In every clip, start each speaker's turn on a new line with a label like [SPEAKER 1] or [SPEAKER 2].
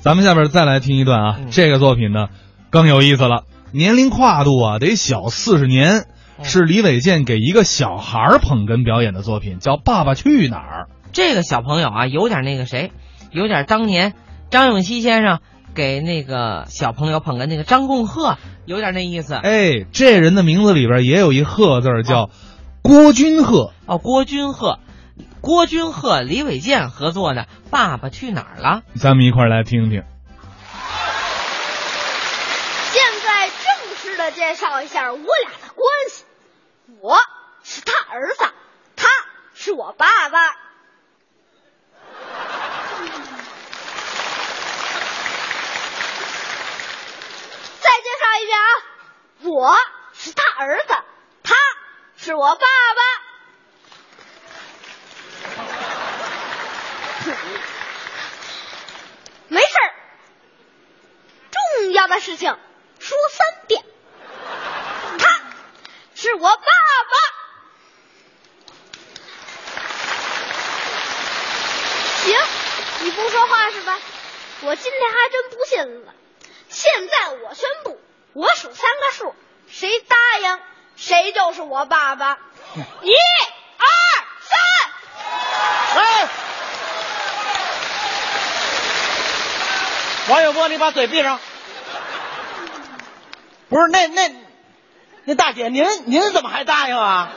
[SPEAKER 1] 咱们下边再来听一段啊，
[SPEAKER 2] 嗯
[SPEAKER 1] 这个作品呢更有意思了，年龄跨度啊得小四十年，
[SPEAKER 2] 哦
[SPEAKER 1] 是李伟健给一个小孩儿捧哏表演的作品，叫《爸爸去哪儿》。
[SPEAKER 2] 这个小朋友啊，有点那个谁，有点当年张永熙先生给那个小朋友捧哏那个张共鹤，有点那意思。
[SPEAKER 1] 哎，这人的名字里边也有一“鹤”字儿，叫郭君鹤。
[SPEAKER 2] 哦，郭君鹤，郭君鹤、李伟健合作的《爸爸去哪儿了
[SPEAKER 1] 咱们一块儿来听听。
[SPEAKER 3] 现在正式的介绍一下我俩的关系，我是他儿子，他是我爸爸。再介绍一遍啊，我是他儿子，他是我爸爸。没事儿，重要的事情说三遍。他是我爸爸。行，你不说话是吧？我今天还真不信了。现在我宣布，我数三个数，谁答应谁就是我爸爸。一、二、三。
[SPEAKER 4] 哎，王小波，你把嘴闭上。不是，那那那大姐，您您怎么还答应啊？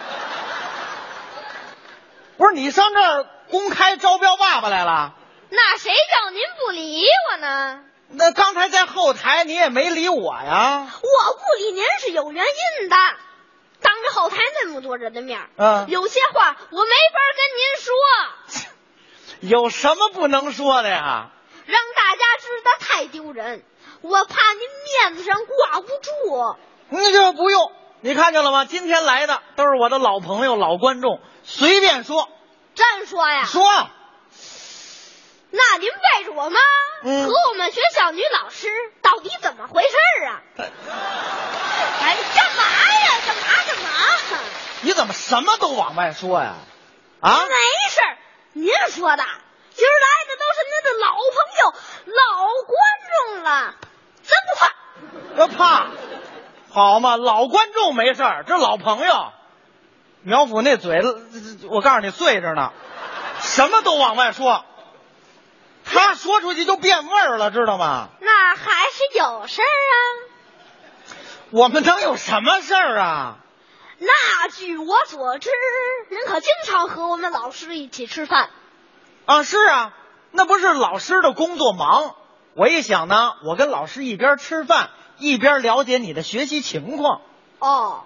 [SPEAKER 4] 不是，你上这儿公开招标爸爸来了？
[SPEAKER 3] 那谁叫您不理我呢？
[SPEAKER 4] 那刚才在后台你也没理我呀？
[SPEAKER 3] 我不理您是有原因的。当着后台那么多人的面儿，
[SPEAKER 4] 嗯
[SPEAKER 3] 有些话我没法跟您说，
[SPEAKER 4] 有什么不能说的呀？
[SPEAKER 3] 让大家知道太丢人。我怕您面子上挂不住。
[SPEAKER 4] 那就不用。你看见了吗？今天来的都是我的老朋友、老观众，随便说
[SPEAKER 3] 真说呀，
[SPEAKER 4] 说。
[SPEAKER 3] 那您背着我妈、
[SPEAKER 4] 嗯
[SPEAKER 3] 和我们学校女老师到底怎么回事儿啊？哎，干嘛呀？干嘛干嘛？
[SPEAKER 4] 你怎么什么都往外说呀？啊，
[SPEAKER 3] 没事儿，您说的。今儿来的都是您的老朋友、老观众了，真不怕。
[SPEAKER 4] 这怕好嘛？老观众没事儿，这老朋友苗阜那嘴，我告诉你碎着呢，什么都往外说，他说出去就变味儿了，知道吗？
[SPEAKER 3] 那还是有事儿啊。
[SPEAKER 4] 我们能有什么事儿啊？
[SPEAKER 3] 那据我所知，您可经常和我们老师一起吃饭。
[SPEAKER 4] 啊，是啊，那不是老师的工作忙。我一想呢，我跟老师一边吃饭一边了解你的学习情况。
[SPEAKER 3] 哦，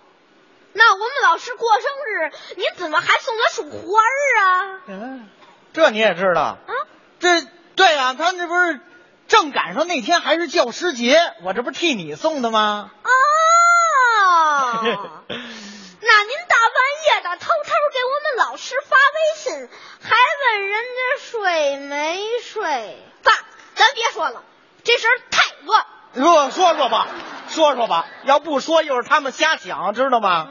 [SPEAKER 3] 那我们老师过生日，您怎么还送他束花儿啊？
[SPEAKER 4] 嗯，这你也知道。
[SPEAKER 3] 啊，
[SPEAKER 4] 这对啊，他这不是正赶上那天还是教师节，我这不是替你送的吗？
[SPEAKER 3] 哦，那您大半夜的偷偷给我们老师发微信，还问人家睡没睡？爸，咱别说了，这事儿太乱。
[SPEAKER 4] 说说说吧，说说吧，要不说又是他们瞎想，知道吗？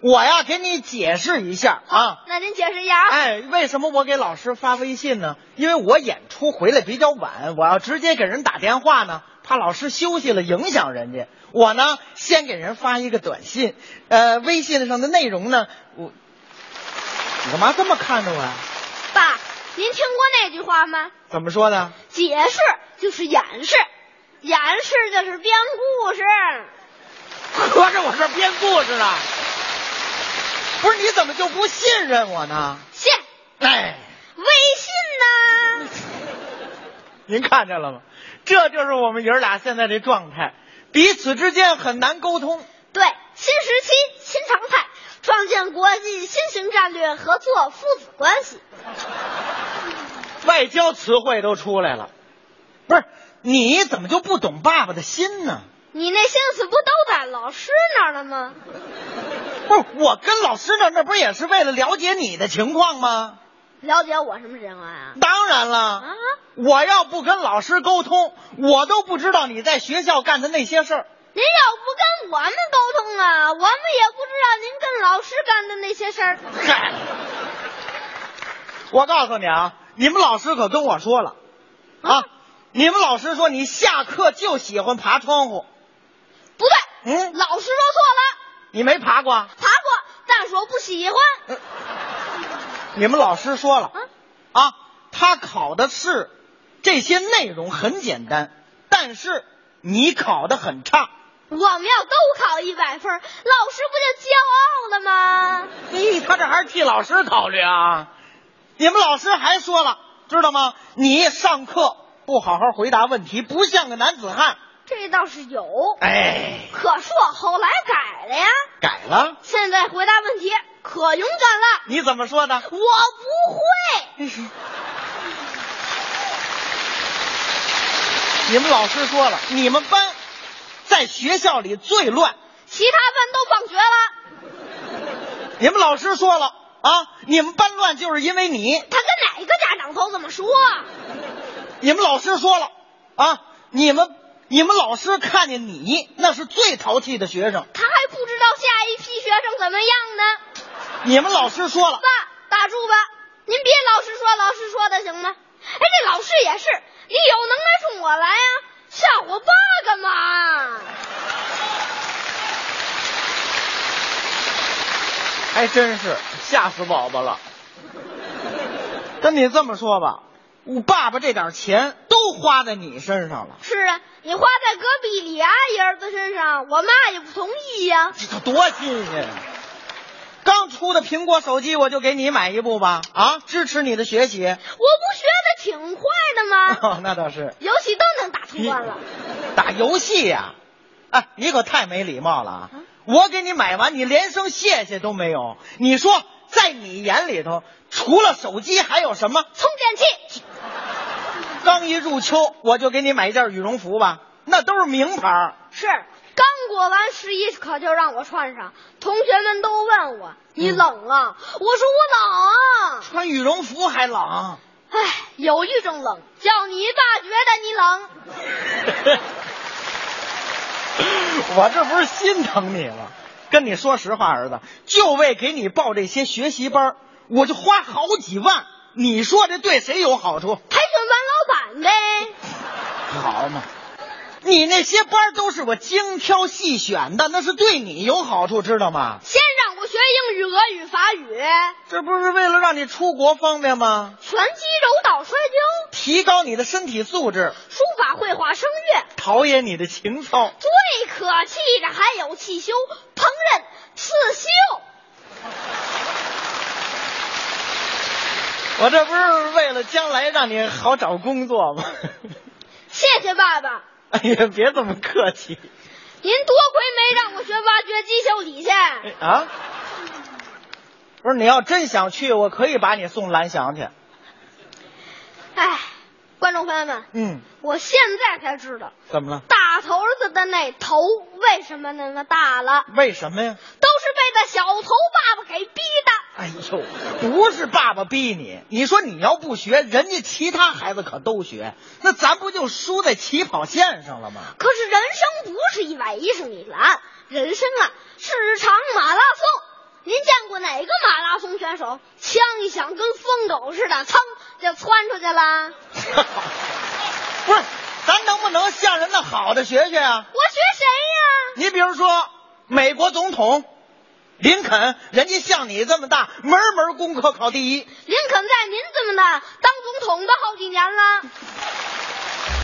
[SPEAKER 4] 我呀，给你解释一下啊。
[SPEAKER 3] 哦那您解释一下啊。
[SPEAKER 4] 哎，为什么我给老师发微信呢？因为我演出回来比较晚，我要直接给人打电话呢，怕老师休息了影响人家。我呢，先给人发一个短信，呃，微信上的内容呢，我，你干嘛这么看着我呀？
[SPEAKER 3] 爸，您听过那句话吗？
[SPEAKER 4] 怎么说呢？
[SPEAKER 3] 解释就是演示，演示就是编故事。
[SPEAKER 4] 合着我这编故事呢？不是，你怎么就不信任我呢？
[SPEAKER 3] 信
[SPEAKER 4] 哎，
[SPEAKER 3] 微信呢？
[SPEAKER 4] 您看见了吗？这就是我们爷儿俩现在这状态，彼此之间很难沟通。
[SPEAKER 3] 对，新时期新常态，创建国际新型战略合作父子关系。
[SPEAKER 4] 外交词汇都出来了。不是，你怎么就不懂爸爸的心呢？
[SPEAKER 3] 你那心思不都在老师那儿了吗？
[SPEAKER 4] 不是，我跟老师呢，那不是也是为了了解你的情况吗？
[SPEAKER 3] 了解我什么情况啊？
[SPEAKER 4] 当然
[SPEAKER 3] 啊
[SPEAKER 4] 了，，我要不跟老师沟通，我都不知道你在学校干的那些事儿。
[SPEAKER 3] 您要不跟我们沟通啊，我们也不知道您跟老师干的那些事儿。
[SPEAKER 4] 嗨，我告诉你啊，你们老师可跟我说了，啊，你们老师说你下课就喜欢爬窗户，
[SPEAKER 3] 不对，
[SPEAKER 4] 嗯，
[SPEAKER 3] 老师说错
[SPEAKER 4] 你没爬过？啊
[SPEAKER 3] 了，爬过，但是我不喜欢。
[SPEAKER 4] 你们老师说了
[SPEAKER 3] 啊，
[SPEAKER 4] 啊，他考的是这些内容很简单，但是你考的很差。
[SPEAKER 3] 我们要都考一百分儿，老师不就骄傲了吗？
[SPEAKER 4] 嘿，他这还是替老师考虑啊！你们老师还说了，知道吗？你上课不好好回答问题，不像个男子汉。
[SPEAKER 3] 这倒是有，
[SPEAKER 4] 哎，
[SPEAKER 3] 可是我后来改了呀，
[SPEAKER 4] 改了？
[SPEAKER 3] 现在回答问题可勇敢了。
[SPEAKER 4] 你怎么说的？
[SPEAKER 3] 我不会，
[SPEAKER 4] 你们老师说了，你们班在学校里最乱。
[SPEAKER 3] 其他班都放学了，
[SPEAKER 4] 你们老师说了啊，你们班乱就是因为你。
[SPEAKER 3] 他跟哪个家长都这么说。
[SPEAKER 4] 你们老师说了啊，你们你们老师看见你那是最淘气的学生。
[SPEAKER 3] 他还不知道下一批学生怎么样呢。
[SPEAKER 4] 你们老师说了，
[SPEAKER 3] 爸，打住吧，您别老是说老师说的行吗？哎，这老师也是，你有能耐冲我来呀、吓我爸干嘛？
[SPEAKER 4] 还哎真是吓死宝宝了。跟你这么说吧，我爸爸这点钱都花在你身上了，
[SPEAKER 3] 是啊，你花在隔壁李阿姨儿子身上，我妈也不同意呀、
[SPEAKER 4] 这可多新鲜啊！刚出的苹果手机，我就给你买一部吧，啊，支持你的学习。
[SPEAKER 3] 我不学的挺快的 吗？
[SPEAKER 4] 哦，那倒是。
[SPEAKER 3] 游戏都能打通关了，
[SPEAKER 4] 打游戏呀、哎，你可太没礼貌了啊！我给你买完，你连声谢谢都没有。你说，在你眼里头，除了手机还有什么？
[SPEAKER 3] 充电器。
[SPEAKER 4] 刚一入秋，我就给你买一件羽绒服吧，那都是名牌儿。
[SPEAKER 3] 是，刚过完十一，可就让我穿上。同学们都问我，你冷啊？我说我冷啊。
[SPEAKER 4] 穿羽绒服还冷，
[SPEAKER 3] 唉，有一种冷，叫你爸觉得你冷。
[SPEAKER 4] 我这不是心疼你吗？跟你说实话，儿子，就为给你报这些学习班儿，我就花好几万。你说这对谁有好处？
[SPEAKER 3] 培训班老板呗。
[SPEAKER 4] 好嘛，你那些班儿都是我精挑细选的，那是对你有好处，知道吗？
[SPEAKER 3] 先让我学英语、俄语、法语，
[SPEAKER 4] 这不是为了让你出国方便吗？
[SPEAKER 3] 拳击、柔道、摔跤、
[SPEAKER 4] 提高你的身体素质，
[SPEAKER 3] 书法、绘画、声乐。
[SPEAKER 4] 陶冶你的情操。
[SPEAKER 3] 最可气的还有汽修、烹饪、刺绣。
[SPEAKER 4] 我这不是为了将来让你好找工作吗？
[SPEAKER 3] 谢谢爸爸，
[SPEAKER 4] 哎呀，别这么客气
[SPEAKER 3] 您多亏没让我学挖掘机修理去。
[SPEAKER 4] 哎啊！不是，你要真想去，我可以把你送蓝翔去。
[SPEAKER 3] 哎，观众朋友们，
[SPEAKER 4] 嗯，
[SPEAKER 3] 我现在才知道
[SPEAKER 4] 怎么了？
[SPEAKER 3] 大头子的那头为什么那么大了，
[SPEAKER 4] 为什么呀？
[SPEAKER 3] 都是被那小头爸爸给逼的。
[SPEAKER 4] 哎呦，不是爸爸逼你，你说你要不学，人家其他孩子可都学，那咱不就输在起跑线上了 吗？
[SPEAKER 3] 可是人生不是一百一十米栏，人生啊是场马拉松。您见过哪个马拉松选手枪一响跟疯狗似的，噌就窜出去啦？
[SPEAKER 4] 不是，咱能不能向人家好的学学啊？
[SPEAKER 3] 我学谁呀、
[SPEAKER 4] 你比如说，美国总统林肯，人家像你这么大，门门功课考第一，
[SPEAKER 3] 林肯在您这么大当总统都好几年了，